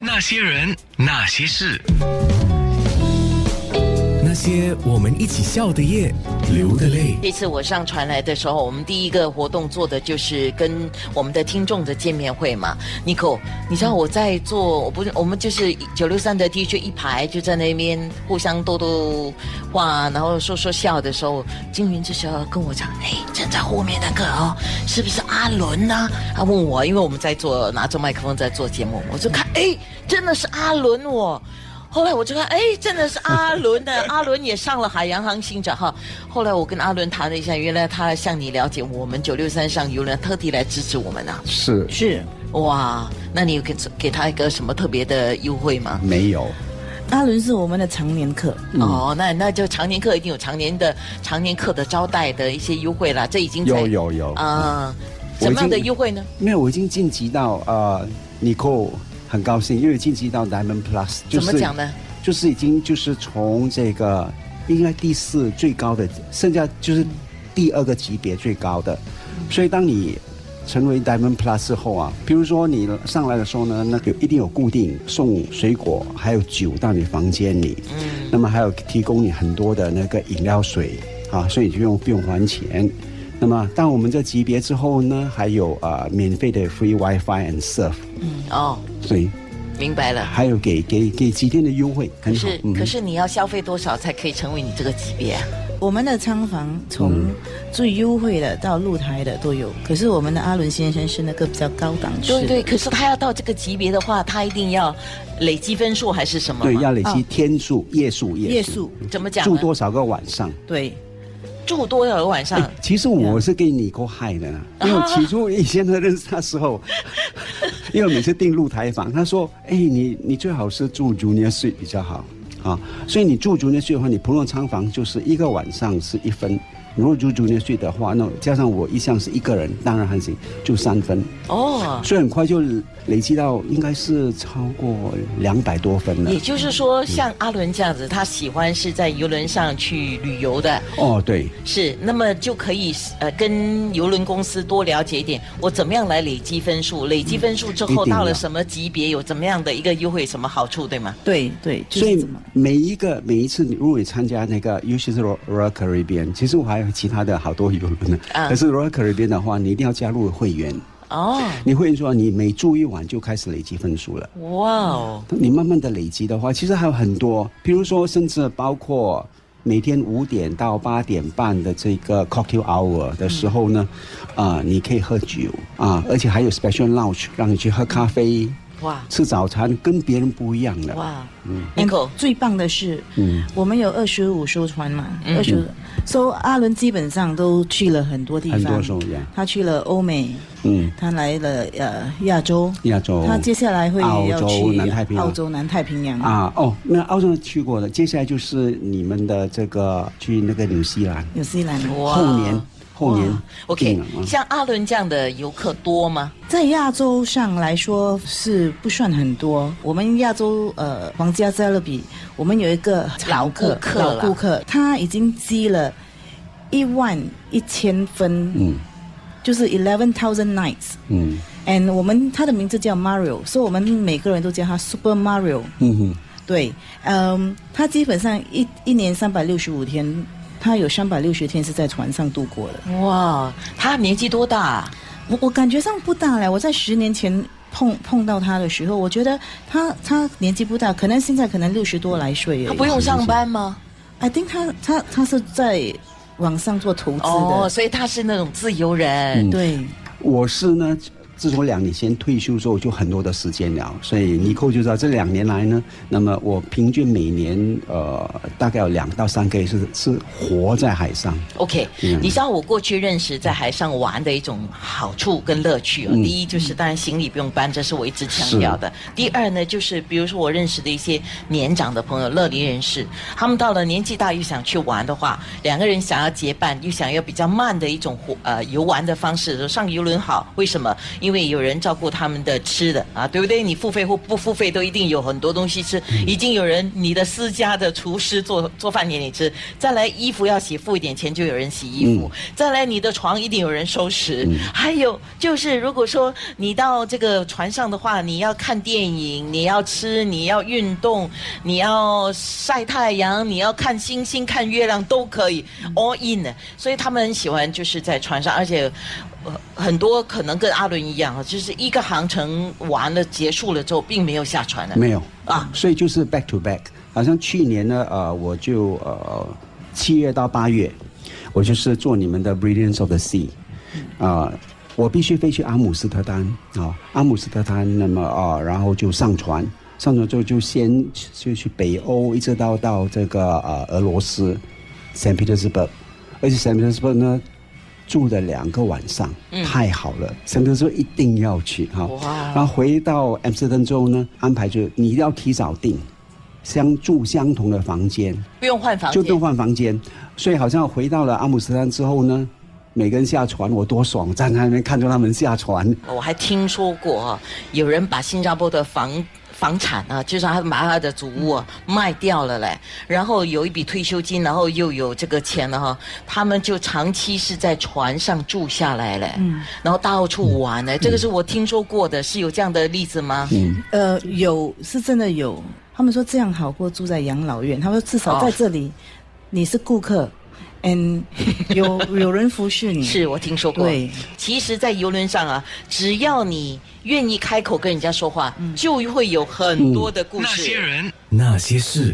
那些人，那些事，那些我们一起笑的夜，流的泪。这次我上传来的时候，我们第一个活动做的就是跟我们的听众的见面会嘛。Nico，你知道我在做，我不是我们就是九六三的 DJ 一排就在那边互相逗逗话，然后说说笑的时候，金云这时候跟我讲：“哎，站在后面那个哦，是不是阿伦呢、他问我，因为我们在做拿着麦克风在做节目，我就看，哎，真的是阿伦哦。后来我就看，哎，真的是 阿伦呢，阿伦也上了海洋航行长号。后来我跟阿伦谈了一下，原来他向你了解我们九六三上游人特地来支持我们啊！是是哇，那你有给给他一个什么特别的优惠吗？没有，阿伦是我们的常年客，嗯哦，那那就常年课一定有常年的常年课的招待的一些优惠啦，这已经在有有嗯有啊、什么样的优惠呢？没有，我已经晋级到呃 n i c o 很高兴，因为晋级到 Diamond Plus，就是怎么讲呢？就是已经就是从这个应该第四最高的，剩下就是第二个级别最高的，嗯所以当你成为 Diamond Plus 之后啊，比如说你上来的时候呢，那有一定有固定送水果还有酒到你房间里，嗯那么还有提供你很多的那个饮料水啊，所以就不用不用还钱。那么到我们这级别之后呢，还有呃免费的 free WiFi and surf，哦，所以明白了。还有给给给几天的优惠，可很好是、。可是你要消费多少才可以成为你这个级别啊？我们的仓房从嗯最优惠的到露台的都有，可是我们的阿伦先生是那个比较高档式的，对对，可是他要到这个级别的话，他一定要累积分数还是什么吗？对，要累积哦天数、夜数、夜数宿，怎么嗯讲呢？住多少个晚上？哎对，住多少个晚上？其实我是跟你够害的啦，嗯因为起初以前的认识他 时候，因为每次订露台房，他说：“哎，你你最好是住 junior suite 比较好啊。”所以你住 junior suite 的话，你普通仓房就是一个晚上是一分；如果住 junior suite 的话，那加上我一向是一个人，当然还行，就三分。哦，所以很快就累积到应该是超过两百多分了也。就是说，像阿伦这样子，他喜欢是在游轮上去旅游的，哦，对，是那么就可以呃跟游轮公司多了解一点，我怎么样来累积分数，累积分数之一后定要到了什么级别，有怎么样的一个优惠，什么好处，对吗？对对，就所是以这么。每一个每一次，如果你参加那个，尤其是 Royal Caribbean，其实我还有其他的好多游轮呢。啊可是 Royal Caribbean 的话，你一定要加入会员。哦，你会员说，你每住一晚就开始累积分数了。哇哦，你慢慢的累积的话，其实还有很多，比如说，甚至包括每天五点到八点半的这个 cocktail hour 的时候呢，嗯啊、你可以喝酒啊、而且还有 special lounge 让你去喝咖啡、哇吃早餐，跟别人不一样的。哇，n 嗯 i c o 最棒的是，我们有二十五艘船嘛，嗯二十五，so 阿伦基本上都去了很多地方，很多艘，yeah 他去了欧美，嗯，他来了呃亚洲，亚洲他接下来会要澳洲去南太平洋澳洲南太平嗯洋，啊，哦，那澳洲去过了，接下来就是你们的这个去那个纽西兰，纽西兰，哇后年后年哇定，OK，了啊像阿伦这样的游客多吗？在亚洲上来说是不算很多。我们亚洲呃，皇家加勒比，我们有一个老老顾客，客老了顾客，他已经积了一万一千分，嗯就是 eleven thousand nights。嗯 and 我们他的名字叫 Mario，所以我们每个人都叫他 Super Mario。嗯哼，对，嗯，他基本上一一年三百六十五天，他有三百六十天是在船上度过的。哇，他年纪多大啊、我我感觉上不大嘞，我在十年前碰碰到他的时候，我觉得他他年纪不大，可能现在可能六十多来岁而已。他不用上班吗？ ，I think 他他他是在网上做投资的，哦，所以他是那种自由人。嗯对，我是呢，自从两年前退休之后，就很多的时间了，所以尼寇就知道这两年来呢，那么我平均每年呃大概有两到三个月是是活在海上， OK，、嗯你知道我过去认识在海上玩的一种好处跟乐趣啊、嗯第一就是当然行李不用搬，这是我一直强调的。第二呢，就是比如说我认识的一些年长的朋友，乐龄人士，他们到了年纪大又想去玩的话，两个人想要结伴，又想要比较慢的一种活呃游玩的方式，上游轮好。为什么？因为有人照顾他们的吃的啊，对不对？你付费或不付费都一定有很多东西吃，已经有人你的私家的厨师做做饭给你吃，再来衣服要洗，付一点钱就有人洗衣服，再来你的床一定有人收拾，还有就是如果说你到这个船上的话，你要看电影，你要吃，你要运动，你要晒太阳，你要看星星、看月亮都可以，all in 的。所以他们很喜欢就是在船上，而且。呃很多可能跟阿伦一样啊，就是一个航程完了结束了之后，并没有下船的。没有啊所以就是 back to back。好像去年呢，呃，我就呃七月到八月，我就是做你们的 Brilliance of the Sea，啊、我必须飞去阿姆斯特丹啊、阿姆斯特丹，那么啊、然后就上船，上船之后就先就去北欧，一直到到这个呃俄罗斯，Saint Petersburg，而且 Saint Petersburg 呢。住了两个晚上，太好了！圣德说一定要去哈。哇然后回到 a m s t e r d a 之后呢，安排就是你一定要提早订，相住相同的房间，不用换房就间，都换房间。所以好像回到了阿姆斯特丹之后呢，每个人下船，我多爽，站在那边看着他们下船。哦我还听说过啊，有人把新加坡的房房产啊，就是他把他的祖屋啊卖掉了嘞，然后有一笔退休金，然后又有这个钱了哈，他们就长期是在船上住下来嘞，然后到处玩嘞，这个是我听说过的，是有这样的例子吗？呃，有是真的有，他们说这样好过住在养老院。他们说至少哦在这里、你是顾客，and 有有人服侍你。是我听说过。嗯对，其实，在游轮上啊，只要你愿意开口跟人家说话，就会有很多的故那事。些人。那些事。